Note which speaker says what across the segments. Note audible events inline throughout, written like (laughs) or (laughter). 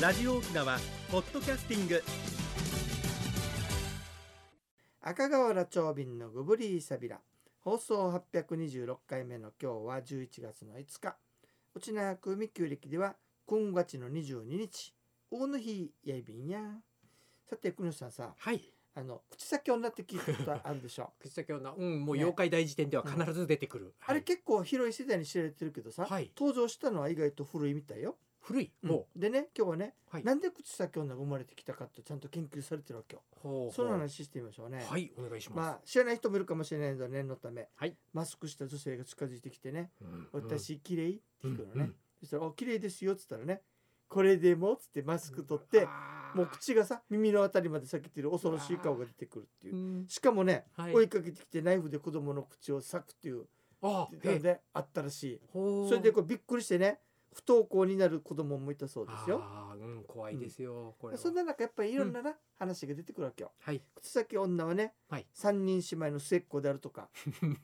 Speaker 1: ラジオ沖縄ポッドキャスティング
Speaker 2: 赤瓦町便のグブリーサビラ放送826回目の今日は11月の5日内縄久美旧暦では今月の22日大野日やいびんやさて国吉さんさ
Speaker 3: はい
Speaker 2: あの口先女って聞いたことある
Speaker 3: (laughs)
Speaker 2: でしょ
Speaker 3: 口先女うんもう
Speaker 2: ね
Speaker 3: 妖怪大辞典では必ず出てくる、
Speaker 2: あれ
Speaker 3: はい
Speaker 2: 結構広い世代に知られてるけどさ、
Speaker 3: はい
Speaker 2: 登場したのは意外と古いみたいよ、
Speaker 3: 古い
Speaker 2: うん
Speaker 3: ほ
Speaker 2: でね今日はね、
Speaker 3: はい
Speaker 2: なんで口先女が生まれてきたかってちゃんと研究されてるわけよ
Speaker 3: うほう
Speaker 2: その
Speaker 3: ほう
Speaker 2: 話してみましょうね、
Speaker 3: はいお願いします、
Speaker 2: まあ知らない人もいるかもしれないので念のため、
Speaker 3: はい
Speaker 2: マスクした女性が近づいてきてね
Speaker 3: うん
Speaker 2: 「私綺麗って聞くのね、
Speaker 3: うんうん
Speaker 2: そしたら「お綺麗ですよ」っつったらね「これでも」っつってマスク取って、
Speaker 3: あー
Speaker 2: もう口がさ耳のあたりまで裂けてる恐ろしい顔が出てくるっていううんしかもね、
Speaker 3: はい
Speaker 2: 追いかけてきてナイフで子供の口を裂くっていう
Speaker 3: あ
Speaker 2: なの
Speaker 3: へ
Speaker 2: であったらしい
Speaker 3: ほう
Speaker 2: それでこうびっくりしてね不登校になる子供もいたそうですよ
Speaker 3: あーうん怖いですよ、これは
Speaker 2: そんな中やっぱりいろんなな、話が出てくるわけよ
Speaker 3: はい
Speaker 2: 口先女はね、
Speaker 3: はい
Speaker 2: 三人姉妹の末っ子であるとか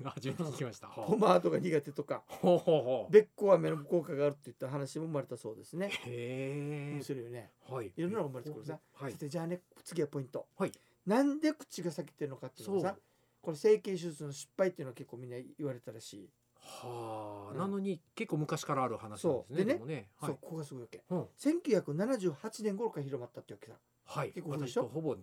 Speaker 3: 初めて聞きましたほ
Speaker 2: ポ
Speaker 3: う
Speaker 2: マードが苦手とか
Speaker 3: ほうほうほう
Speaker 2: べっこう飴の効果があるっていった話も生まれたそうですね。
Speaker 3: へ
Speaker 2: 面白いよね。
Speaker 3: えはい
Speaker 2: いろんなのが生まれてくるさ
Speaker 3: は
Speaker 2: さ
Speaker 3: い
Speaker 2: てじゃあね次はポイント。
Speaker 3: はい
Speaker 2: なんで口が裂けてるのかっていうの
Speaker 3: そ
Speaker 2: が
Speaker 3: う
Speaker 2: さこれ整形手術の失敗っていうのは結構みんな言われたらしい。
Speaker 3: はあ、
Speaker 2: うん
Speaker 3: なのに結構昔からある話なんです
Speaker 2: そう
Speaker 3: ね
Speaker 2: でね
Speaker 3: もねは
Speaker 2: そう
Speaker 3: い
Speaker 2: ここがすごいわけ。
Speaker 3: う、ん、
Speaker 2: 1978年頃から広まったってわけさ。
Speaker 3: はい
Speaker 2: 結構古
Speaker 3: 私
Speaker 2: いでしょ
Speaker 3: とほぼ、う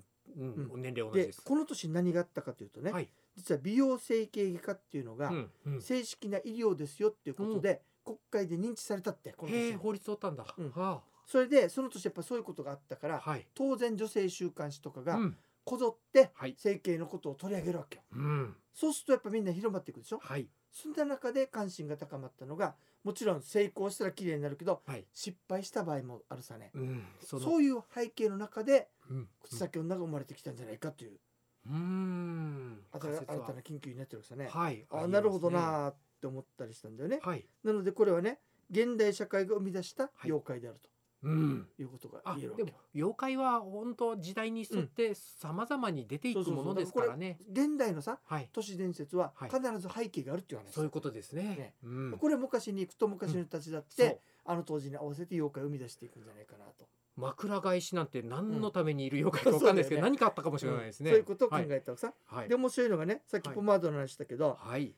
Speaker 3: ん
Speaker 2: う
Speaker 3: 年齢同じ
Speaker 2: で
Speaker 3: です
Speaker 2: この年何があったかというとね、
Speaker 3: はい、
Speaker 2: 実は美容整形外科っていうの
Speaker 3: う
Speaker 2: が
Speaker 3: んうん、
Speaker 2: 正式な医療ですよっていうことで国会で認知されたってこの
Speaker 3: へえ
Speaker 2: 年に。
Speaker 3: 法律通ったんだ、
Speaker 2: うん
Speaker 3: は
Speaker 2: それでその年やっぱそういうことがあったか
Speaker 3: あ
Speaker 2: ら
Speaker 3: はい
Speaker 2: 当然女性週刊誌とかが
Speaker 3: うん
Speaker 2: こぞって
Speaker 3: はい
Speaker 2: 整形のことを取り上げるわけよ
Speaker 3: うん
Speaker 2: そうするとやっぱみんな広まっていくでしょ
Speaker 3: はい
Speaker 2: そんな中で関心が高まったのがもちろん成功したら綺麗になるけど
Speaker 3: はい
Speaker 2: 失敗した場合もあるさね
Speaker 3: うんその
Speaker 2: そういう背景の中で
Speaker 3: うん
Speaker 2: 口先女が生まれてきたんじゃないかという
Speaker 3: うん
Speaker 2: 新
Speaker 3: 仮
Speaker 2: 新
Speaker 3: 説
Speaker 2: た
Speaker 3: は
Speaker 2: な研究になってるわけさね
Speaker 3: はい
Speaker 2: あ
Speaker 3: りますね
Speaker 2: なるほどなーって思ったりしたんだよね
Speaker 3: はい
Speaker 2: なのでこれはね現代社会が生み出した
Speaker 3: い
Speaker 2: 妖怪である
Speaker 3: うん
Speaker 2: ということが
Speaker 3: あ
Speaker 2: 言えるわ
Speaker 3: で
Speaker 2: け
Speaker 3: も妖怪は本当時代に沿ってさまざまに出てい
Speaker 2: そう
Speaker 3: く
Speaker 2: そうそ
Speaker 3: も
Speaker 2: う
Speaker 3: のですからね、
Speaker 2: 現代のさ
Speaker 3: はい
Speaker 2: 都市伝説は
Speaker 3: はい
Speaker 2: 必ず背景があるっていう話
Speaker 3: そういうことですね
Speaker 2: ね
Speaker 3: うん
Speaker 2: これ昔に行くと昔の人たちだっ
Speaker 3: そ
Speaker 2: て、
Speaker 3: う
Speaker 2: あの当時に合わせて妖怪を生み出していくんじゃないかなと。
Speaker 3: 枕返しなんて何のためにいる妖怪かわかんないですけど、
Speaker 2: うんそうだよ
Speaker 3: 何
Speaker 2: ね
Speaker 3: かあったかもしれないですね、
Speaker 2: そういうことを考
Speaker 3: はい
Speaker 2: えたらさ、
Speaker 3: はい
Speaker 2: で面白いのがねさっき
Speaker 3: はい
Speaker 2: ポマードの話したけど、
Speaker 3: はい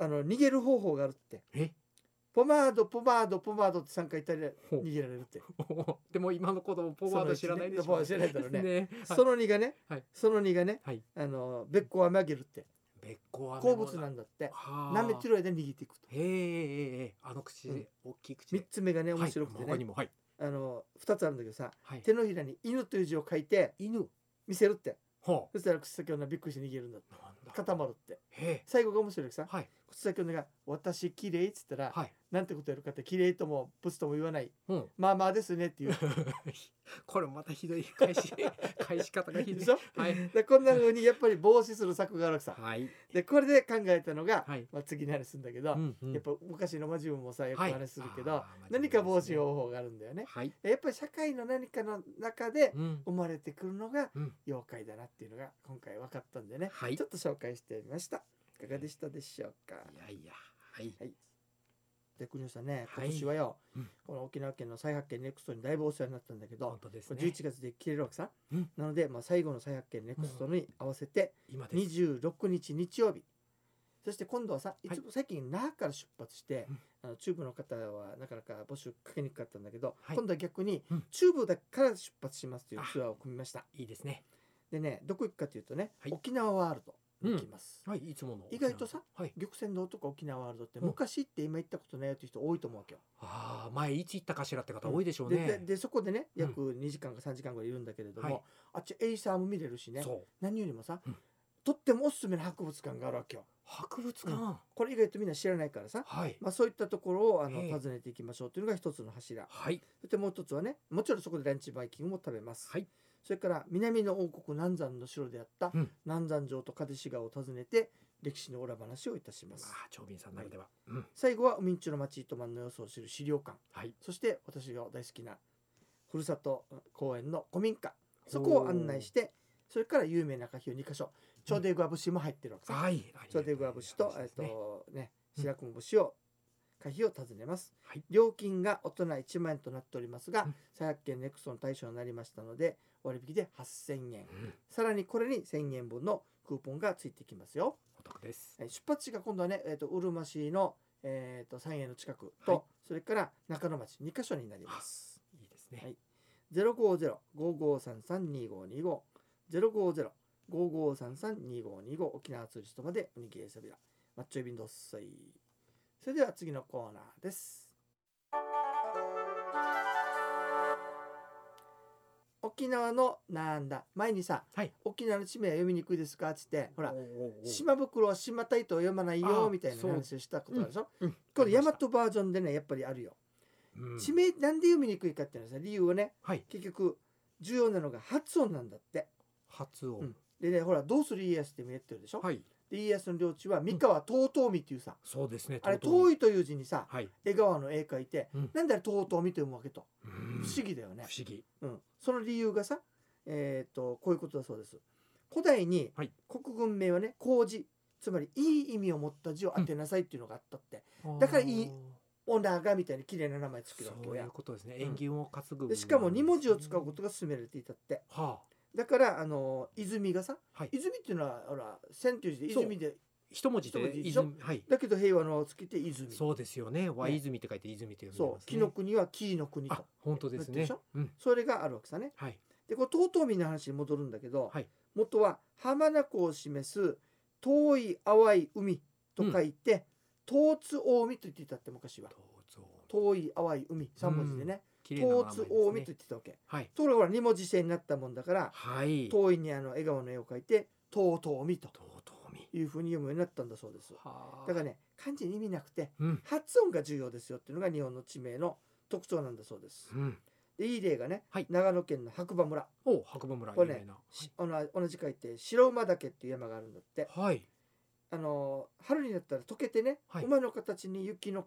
Speaker 2: あの逃げる方法があるって
Speaker 3: え
Speaker 2: ポマードポマードポマードって3回言ったら
Speaker 3: ほう
Speaker 2: 逃げられるって、
Speaker 3: (laughs) でも今の子供ポワード知らないでしょ
Speaker 2: そのうちねポワード知らないだろうね
Speaker 3: はい
Speaker 2: その2がね、
Speaker 3: はい
Speaker 2: その2がね、
Speaker 3: はい
Speaker 2: あのべっこう飴あげるって
Speaker 3: べっこう飴
Speaker 2: 好
Speaker 3: も
Speaker 2: 物なんだって
Speaker 3: はあ
Speaker 2: 舐めてる間に逃げていくと
Speaker 3: へえええあの口、
Speaker 2: うん
Speaker 3: 大きい口
Speaker 2: 3
Speaker 3: で
Speaker 2: つ目がね面白く
Speaker 3: は
Speaker 2: て
Speaker 3: い、
Speaker 2: ね、
Speaker 3: 他にもはい、
Speaker 2: あの2つあるんだけどさ
Speaker 3: はい、
Speaker 2: 手のひらに「犬」という字を書いて
Speaker 3: 犬
Speaker 2: 見せるって
Speaker 3: ほ
Speaker 2: そしたら口先女びっくりして逃げるんだって
Speaker 3: うなんだ
Speaker 2: 固まるって
Speaker 3: へえ
Speaker 2: 最後が面白いけどさ、
Speaker 3: はい
Speaker 2: 口先女が「私綺麗っつったら、
Speaker 3: はい
Speaker 2: なんてことやるかって綺麗ともブスとも言わない (laughs)
Speaker 3: うん
Speaker 2: まあまあですねっていう
Speaker 3: これまたひどい返し返し方がひ (laughs)
Speaker 2: で
Speaker 3: どい
Speaker 2: しょ
Speaker 3: はい
Speaker 2: (laughs) でこんな風にやっぱり防止する策があるわけさ
Speaker 3: はい、
Speaker 2: でこれで考えたのが、
Speaker 3: はい
Speaker 2: まあ、次の話するんだけど、
Speaker 3: んうん
Speaker 2: やっぱ昔の魔獣もさよく
Speaker 3: はい
Speaker 2: 話するけど、
Speaker 3: あー
Speaker 2: 何か防止方法があるんだよね
Speaker 3: はい、
Speaker 2: やっぱり社会の何かの中で
Speaker 3: うん、
Speaker 2: 生まれてくるのが
Speaker 3: うん
Speaker 2: 妖怪だなっていうのが今回分かったんでね、
Speaker 3: はい
Speaker 2: ちょっと紹介してみましたいかがでしたでしょうか
Speaker 3: いやいやはい
Speaker 2: はい。で、国吉さんね、
Speaker 3: は
Speaker 2: 今
Speaker 3: い
Speaker 2: 年はよ、
Speaker 3: うん
Speaker 2: この沖縄県の再発見ネクストにだいぶお世話になったんだけ
Speaker 3: 本
Speaker 2: ど、
Speaker 3: 当です
Speaker 2: これ
Speaker 3: ね
Speaker 2: 11月で切れるわけさ。
Speaker 3: うん
Speaker 2: なので、まあ、最後の再発見ネクストに合わせて、
Speaker 3: 今です
Speaker 2: 26日日曜日。そして今度はさ、い
Speaker 3: はい
Speaker 2: つも最近那覇から出発して、
Speaker 3: うん
Speaker 2: あの中部の方はなかなか募集かけにくかったんだけど、
Speaker 3: はい
Speaker 2: 今度は逆に
Speaker 3: うん
Speaker 2: 中部だから出発しますというツアーを組みました。
Speaker 3: いいですね
Speaker 2: でね、どこ行くかというとね、
Speaker 3: はい
Speaker 2: 沖縄ワールドに行きます。
Speaker 3: はいいつもの
Speaker 2: 意外とさ
Speaker 3: はい
Speaker 2: 玉泉堂とか沖縄ワールドって
Speaker 3: うん
Speaker 2: 昔って今行ったことないよっていう人多いと思うわけよ。
Speaker 3: ああ前いつ行ったかしらって方多いでしょう
Speaker 2: で
Speaker 3: ね、
Speaker 2: ででそこでね
Speaker 3: うん
Speaker 2: 約2時間か3時間ぐらいいるんだけれども、
Speaker 3: はい
Speaker 2: あっちエイサーも見れるしね
Speaker 3: そう
Speaker 2: 何よりもさ、
Speaker 3: うん
Speaker 2: とってもおすすめの博物館があるわけよ。
Speaker 3: 博物館、
Speaker 2: うこれ意外とみんな知らないからさ、
Speaker 3: はい
Speaker 2: まあ、そういったところをあの
Speaker 3: ええ
Speaker 2: 訪ねていきましょうというのが一つの柱
Speaker 3: はい
Speaker 2: そしてもう一つはねもちろんそこでランチバイキングも食べます、
Speaker 3: はい
Speaker 2: それから南の王国南山の城であった
Speaker 3: うん
Speaker 2: 南山城と蓼川を訪ねて歴史の裏話をいたしま。
Speaker 3: ますあ長瓶さんならでは、うん
Speaker 2: 最後は民中の町糸満の様子を知る資料館
Speaker 3: はい
Speaker 2: そして私が大好きなふるさと公園の古民家そこを案内してそれから有名な歌碑を2箇所チョデグア節も入ってるわけさ、
Speaker 3: はい
Speaker 2: チョデグア節と,、えっ
Speaker 3: と
Speaker 2: とね、
Speaker 3: うん
Speaker 2: 白雲節を可否を尋ねます、
Speaker 3: はい
Speaker 2: 料金が大人1万円となっておりますが、
Speaker 3: うん
Speaker 2: 再発見ネクソン対象になりましたので割引で8000円さらにこれに1000円分のクーポンがついてきますよ
Speaker 3: お得です。
Speaker 2: はい出発地が今度はね、えー、とうるま市の、えー、と三重の近くと、
Speaker 3: はい
Speaker 2: それから中野町2カ所になりま
Speaker 3: あ
Speaker 2: す。
Speaker 3: いいですね。
Speaker 2: はい050-5533-2525 050-5533-2525沖縄ツーリストまでおにぎりサビラマッチョイビンドッサイそれでは次のコーナーです沖縄のなんだ前にさ、
Speaker 3: はい
Speaker 2: 沖縄の地名は読みにくいですかっつってほら
Speaker 3: おーおーおー
Speaker 2: 島袋は島タイとは読まない
Speaker 3: あ
Speaker 2: よ
Speaker 3: あ
Speaker 2: みたいな
Speaker 3: そう
Speaker 2: 話をしたことあるでしょ、
Speaker 3: うん
Speaker 2: これ大和バージョンでねやっぱりあるよ、
Speaker 3: うん
Speaker 2: 地名なんで読みにくいかっていうのはさ理由はね
Speaker 3: はい。
Speaker 2: 結局重要なのが発音なんだって
Speaker 3: 発音。
Speaker 2: うんでねほら「どうする家康」って見えてるでしょ、
Speaker 3: はい。
Speaker 2: で家康の領地は三河遠江っていうさ、
Speaker 3: そうですね。
Speaker 2: あれ
Speaker 3: とうとう
Speaker 2: 遠いという字にさ
Speaker 3: はい。
Speaker 2: 江川の絵描いて、
Speaker 3: うん
Speaker 2: なんであれ遠江と読むわけと
Speaker 3: 不
Speaker 2: 不思議だよね、
Speaker 3: 不思議。
Speaker 2: うん、その理由がさ、えー、とこういうことだそうです古代に
Speaker 3: はい
Speaker 2: 国軍名はね麹つまりいい意味を持った字を当てなさいっていうのがあったって、だからいい
Speaker 3: あー
Speaker 2: オナーがみたいに綺麗な名前つけるわけ
Speaker 3: そうい
Speaker 2: や
Speaker 3: うことですね。
Speaker 2: ん
Speaker 3: 縁起を担ぐ、。
Speaker 2: でしかも2文字を使うこととが勧められていたって
Speaker 3: はあ。
Speaker 2: だからあの泉がさ
Speaker 3: はい。
Speaker 2: 泉っていうのはほら千という字で
Speaker 3: そう
Speaker 2: 泉で
Speaker 3: 一文字
Speaker 2: 一文
Speaker 3: で
Speaker 2: 字でしょ
Speaker 3: 泉。はい。
Speaker 2: だけど平和の輪をつけて泉
Speaker 3: そうですよね。和泉って書いて泉って呼んで
Speaker 2: そ
Speaker 3: ます、
Speaker 2: う
Speaker 3: ね。
Speaker 2: 紀の国は紀伊の国と
Speaker 3: あ、本当です
Speaker 2: で
Speaker 3: ね
Speaker 2: しょ。
Speaker 3: うん。
Speaker 2: それがあるわけさね
Speaker 3: はい。
Speaker 2: でこの遠江の話に戻るんだけど、
Speaker 3: はい
Speaker 2: 元は浜名湖を示す遠い淡い海と書いて、遠津近江と言っていたって昔は
Speaker 3: どうぞ。
Speaker 2: 遠い淡い海三文字でね、
Speaker 3: 綺麗な名
Speaker 2: 遠
Speaker 3: 前です
Speaker 2: 津
Speaker 3: ね
Speaker 2: 近江と言ってたわけ、
Speaker 3: はい。
Speaker 2: ところがほら二文字制になったもんだから、
Speaker 3: はい。
Speaker 2: 遠いにあの笑顔の絵を描いて遠
Speaker 3: ど
Speaker 2: 江と
Speaker 3: うとうみ。
Speaker 2: いうふうに読むようになったんだそうです
Speaker 3: はあ。
Speaker 2: だからね漢字に意味なくて
Speaker 3: うん。
Speaker 2: 発音が重要ですよっていうのが日本の地名の特徴なんだそうです
Speaker 3: うん。
Speaker 2: でいい例がね、
Speaker 3: はい
Speaker 2: 長野県の白馬村
Speaker 3: お、白馬村
Speaker 2: こ
Speaker 3: 有
Speaker 2: れね
Speaker 3: 名な。
Speaker 2: しあの同じ書いて白馬岳っていう山があるんだって
Speaker 3: はい。
Speaker 2: あの春になったら溶けてね、
Speaker 3: はい
Speaker 2: 馬の形に雪の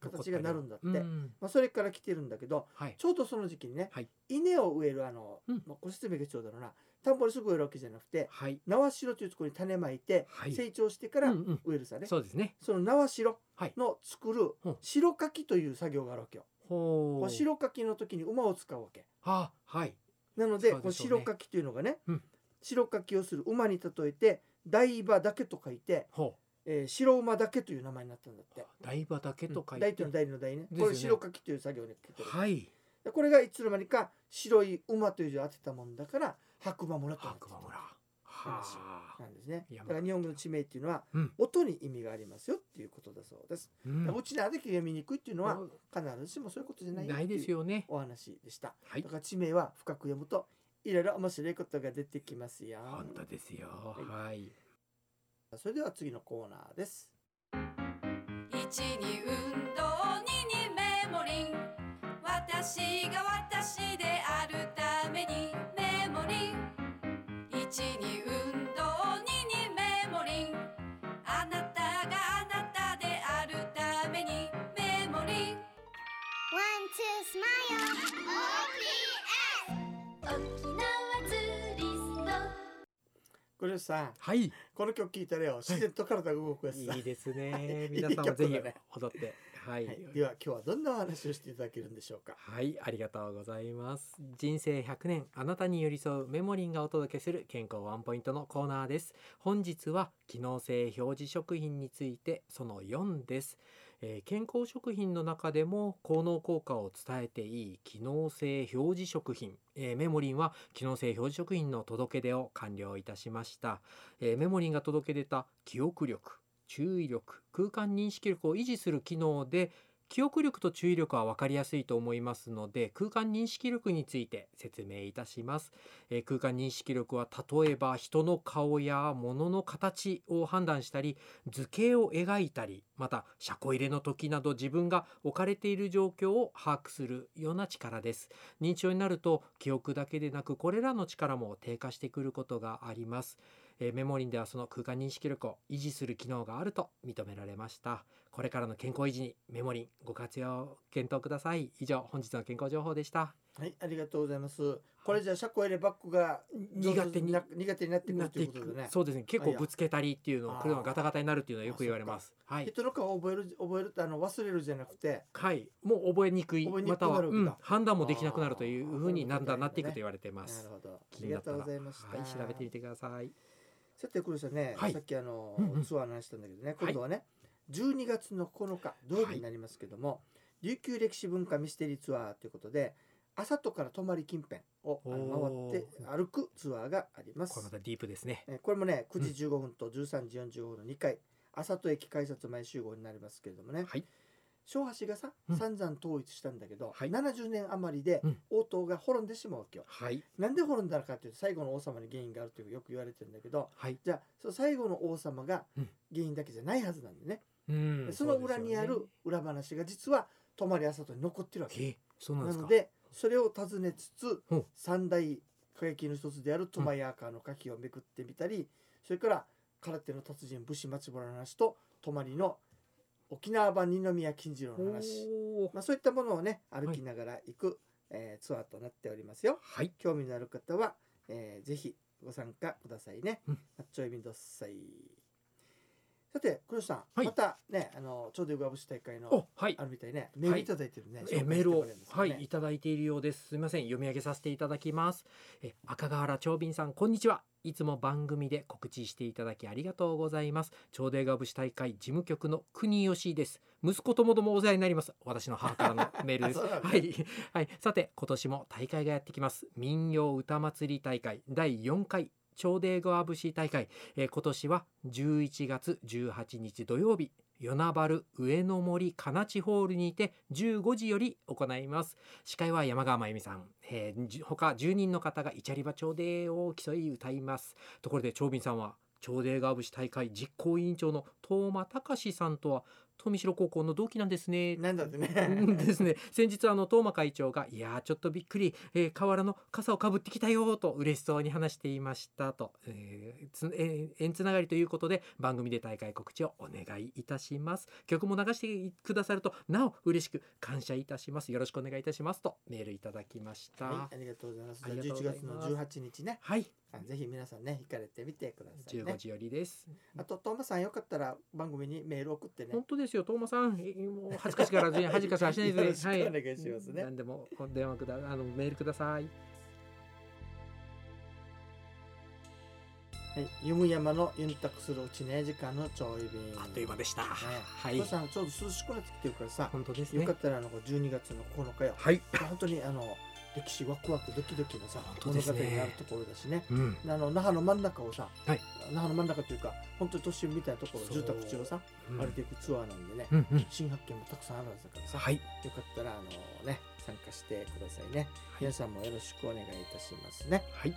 Speaker 2: 形がなるんだって、
Speaker 3: うん
Speaker 2: まあ、それから来てるんだけど
Speaker 3: はい。
Speaker 2: ちょうどその時期にね、
Speaker 3: はい
Speaker 2: 稲を植えるあの、
Speaker 3: うん
Speaker 2: まあ、これ説明が必要だろうな田んぼにすぐ植えるわけじゃなくて
Speaker 3: はい。
Speaker 2: 縄代というところに種まいて、
Speaker 3: はい
Speaker 2: 成長してか
Speaker 3: う
Speaker 2: ら
Speaker 3: んうん。
Speaker 2: 植えるさね、
Speaker 3: そうですね。
Speaker 2: その縄代
Speaker 3: はい
Speaker 2: の作る
Speaker 3: うん
Speaker 2: 白かきという作業があるわけよ。
Speaker 3: ほ
Speaker 2: こ
Speaker 3: う。
Speaker 2: う白かきの時に馬を使うわけ。
Speaker 3: あ、はい。
Speaker 2: なので
Speaker 3: そう
Speaker 2: こう
Speaker 3: でしょうね
Speaker 2: 白かきというのがね、
Speaker 3: うん
Speaker 2: 白かきをする馬に例えて大馬だけと書いて、
Speaker 3: ほ
Speaker 2: えー白馬だけという名前になったんだっ
Speaker 3: う
Speaker 2: て。。
Speaker 3: 台場だけと書い
Speaker 2: 大
Speaker 3: て。
Speaker 2: というのは大の大ね
Speaker 3: ですよね
Speaker 2: これ白かきという作業に来てる、
Speaker 3: はい。
Speaker 2: でこれがいつの間にか白い馬という字を当てたもんだから白馬村となって
Speaker 3: 白馬村。はあ。
Speaker 2: なんですね
Speaker 3: いや
Speaker 2: だから日本語の地名っていうのは、
Speaker 3: うん
Speaker 2: 音に意味がありますよっていうことだそうです、
Speaker 3: うん
Speaker 2: うちなで読みにくいっていうのは必ずしもそういうことじゃないよ
Speaker 3: ないです
Speaker 2: よ
Speaker 3: よね。
Speaker 2: お話でした
Speaker 3: はい
Speaker 2: だ。から地名は深く読むといろいろ面白いことが出てきますよ
Speaker 3: 本当ですよ。はい。
Speaker 2: それでは次のコーナーです
Speaker 4: 一に運動二にメモリン私が私であるためにメモリン一に運動二にメモリンあなたがあなたであるためにメモ
Speaker 5: One, two,
Speaker 4: リン
Speaker 5: smile. OPS. 沖縄ツーリスト。
Speaker 2: これさ
Speaker 3: はい。
Speaker 2: この曲聴いたらよ自然と体が動くやつさ、
Speaker 3: いいです
Speaker 2: い
Speaker 3: ね。皆さんもぜひ
Speaker 2: いい曲だね
Speaker 3: 踊って。はい。
Speaker 2: はい、では今日はどんなお話をしていただけるんでしょうか
Speaker 3: はい、ありがとうございます。人生100年、あなたに寄り添うメモリンがお届けする健康ワンポイントのコーナーです。本日は機能性表示食品についてその4です。えー健康食品の中でも効能効果を伝えていい機能性表示食品、えーメモリンは機能性表示食品の届け出を完了いたしました、えーメモリンが届け出た記憶力注意力空間認識力を維持する機能で記憶力と注意力は分かりやすいと思いますので空間認識力について説明いたします、えー空間認識力は例えば人の顔や物の形を判断したり図形を描いたりまた車庫入れの時など自分が置かれている状況を把握するような力です認知症になると記憶だけでなくこれらの力も低下してくることがありますえーメモリンではその空間認識力を維持する機能があると認められましたこれからの健康維持にメモリンご活用検討ください以上本日の健康情報でした
Speaker 2: はい、ありがとうございます。これじゃあ車庫入れバッグが
Speaker 3: 苦手に
Speaker 2: な苦手になってく
Speaker 3: な
Speaker 2: る
Speaker 3: っ
Speaker 2: とい
Speaker 3: てい
Speaker 2: うこと
Speaker 3: く
Speaker 2: でね。
Speaker 3: そうですね結
Speaker 2: あい
Speaker 3: 構
Speaker 2: や
Speaker 3: ぶつけたりっていうの
Speaker 2: あ
Speaker 3: を
Speaker 2: ー
Speaker 3: 車がガタガタになるっていうのはよく言われますはい
Speaker 2: 人の顔を覚える覚えるってあの忘れるじゃなくて、
Speaker 3: はいもう覚えにくい
Speaker 2: 覚えにく
Speaker 3: ま
Speaker 2: く
Speaker 3: た
Speaker 2: なるわ
Speaker 3: は、
Speaker 2: けだ
Speaker 3: うん判断もできなくなるという
Speaker 2: あー
Speaker 3: ふうになんだなっていく
Speaker 2: そういうこ
Speaker 3: と言われ
Speaker 2: とだよね
Speaker 3: ていま
Speaker 2: な
Speaker 3: す
Speaker 2: るほど。あ
Speaker 3: 気
Speaker 2: り
Speaker 3: にな
Speaker 2: が
Speaker 3: った
Speaker 2: とう
Speaker 3: ら
Speaker 2: ございました。
Speaker 3: はい調べてみてください
Speaker 2: さて、黒井さんね、
Speaker 3: はい
Speaker 2: さっきあの、
Speaker 3: うんうん
Speaker 2: ツアーの話したんだけどね、
Speaker 3: い
Speaker 2: 今度はね、12月の9日土曜日になりますけども、琉球歴史文化ミステリーツアーということで、朝とから泊まり近辺をあの
Speaker 3: おー
Speaker 2: 回って歩くツアーがあります。
Speaker 3: これまたディープですね
Speaker 2: えーこれもね9時15分と13時45分の2回、朝と駅改札前集合になりますけれどもね、
Speaker 3: はい
Speaker 2: 小橋がさ、
Speaker 3: うん
Speaker 2: 散々統一したんだけど、
Speaker 3: はい
Speaker 2: 70年余りで
Speaker 3: うん
Speaker 2: 王党が滅んでしまうわけよ。
Speaker 3: はい
Speaker 2: なんで滅んだのかっていうと最後の王様に原因があるというよく言われてるんだけど
Speaker 3: はい
Speaker 2: じゃあその最後の王様が
Speaker 3: うん
Speaker 2: 原因だけじゃないはずなんでね、
Speaker 3: うん
Speaker 2: でその裏にある裏話が実は泊まり朝とに残ってるわけ。
Speaker 3: えそうなんで
Speaker 2: な
Speaker 3: すか
Speaker 2: のでそれを尋ねつつ
Speaker 3: ほう
Speaker 2: 三大歌劇の一つである「トマヤーカー」の歌記をめくってみたり、それから空手の達人武士松原の話と泊まりの沖縄版二宮金次郎の話、
Speaker 3: おー
Speaker 2: まあ、そういったものをね歩きながら行く、えーツアーとなっておりますよ。
Speaker 3: はい
Speaker 2: 興味のある方は、えーぜひご参加くださいね。
Speaker 3: うん
Speaker 2: マッチョエビンドッサイさて黒石さん、
Speaker 3: はい
Speaker 2: またねあのちょうどよくあぶし大会の
Speaker 3: おはい
Speaker 2: あるみたいねメールいただいてるね。紹介
Speaker 3: え
Speaker 2: して
Speaker 3: メール
Speaker 2: も
Speaker 3: を、
Speaker 2: らえますか
Speaker 3: は
Speaker 2: ね
Speaker 3: いいただいているようですすみません読み上げさせていただきますえ赤瓦長瓶さんこんにちはいつも番組で告知していただきありがとうございます朝廷が節大会事務局の国吉です息子ともどもお世話になります私の母からのメールです
Speaker 2: そうなんだ
Speaker 3: はい、はい、さて今年も大会がやってきます民謡歌祭り大会第4回朝廷川節大会、えー今年は11月18日土曜日与那原上野森金地ホールにて15時より行います司会は山川真由美さん、えーじ他10人の方がイチャリバ朝礼を競い歌いますところで長斌さんは朝礼川節大会実行委員長の東間隆さんとは富城高校の同期なんですね
Speaker 2: なんだってね。
Speaker 3: うんですね先日あの東間会長が「いやーちょっとびっくり、えー、河原の傘をかぶってきたよ」と嬉しそうに話していましたと、えーつえー縁つながりということで番組で大会告知をお願いいたします曲も流してくださるとなお嬉しく感謝いたしますよろしくお願いいたしますとメールいただきました
Speaker 2: は、
Speaker 3: はい
Speaker 2: ありがとうございます。
Speaker 3: ありがとう
Speaker 2: 11
Speaker 3: ござい
Speaker 2: 月
Speaker 3: ま
Speaker 2: の
Speaker 3: す
Speaker 2: 18日ね、
Speaker 3: い、
Speaker 2: あぜひ皆さんね、行かれてみてくださいね
Speaker 3: 15。時よりです、
Speaker 2: あと、トーマさんよかったら番組にメール送ってね。
Speaker 3: 本当ですよ東間さんえーもう恥ずかしがらずに恥ずかしはしないで
Speaker 2: よろしくお願いしますね
Speaker 3: はい、何でもお電話くだあのメールください
Speaker 2: はい、ゆむやまのゆんたくするうちね、時間のちょい便。
Speaker 3: あっという間でした、は
Speaker 2: ト
Speaker 3: い
Speaker 2: ーマさん、ちょうど涼しくなってきてるからさ、
Speaker 3: 本当です
Speaker 2: よ
Speaker 3: ね
Speaker 2: かったらあの12月の9日よ。
Speaker 3: はい
Speaker 2: 本当にあの歴史ワクワクドキドキのさ、
Speaker 3: 本当
Speaker 2: 物
Speaker 3: です
Speaker 2: 語
Speaker 3: ね
Speaker 2: になるところだしね。
Speaker 3: うん
Speaker 2: あの那覇の真ん中をさ、
Speaker 3: はい
Speaker 2: 那覇の真ん中というか本当に都心みたいなところ
Speaker 3: そう
Speaker 2: 住宅地をさ、
Speaker 3: うん
Speaker 2: 歩いていくツアーなんでね、
Speaker 3: うんうん
Speaker 2: 新発見もたくさんあるはずだからさ、
Speaker 3: はい
Speaker 2: よかったらあのね参加してくださいね、皆さんもよろしくお願いいたしますね、
Speaker 3: はい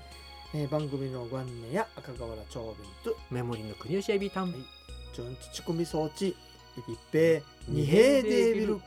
Speaker 2: えー番組のご案内や赤瓦長瓶と
Speaker 3: メモリーの国吉エビタン
Speaker 2: はいちょんちちこみ装置いびっぺ二平デービル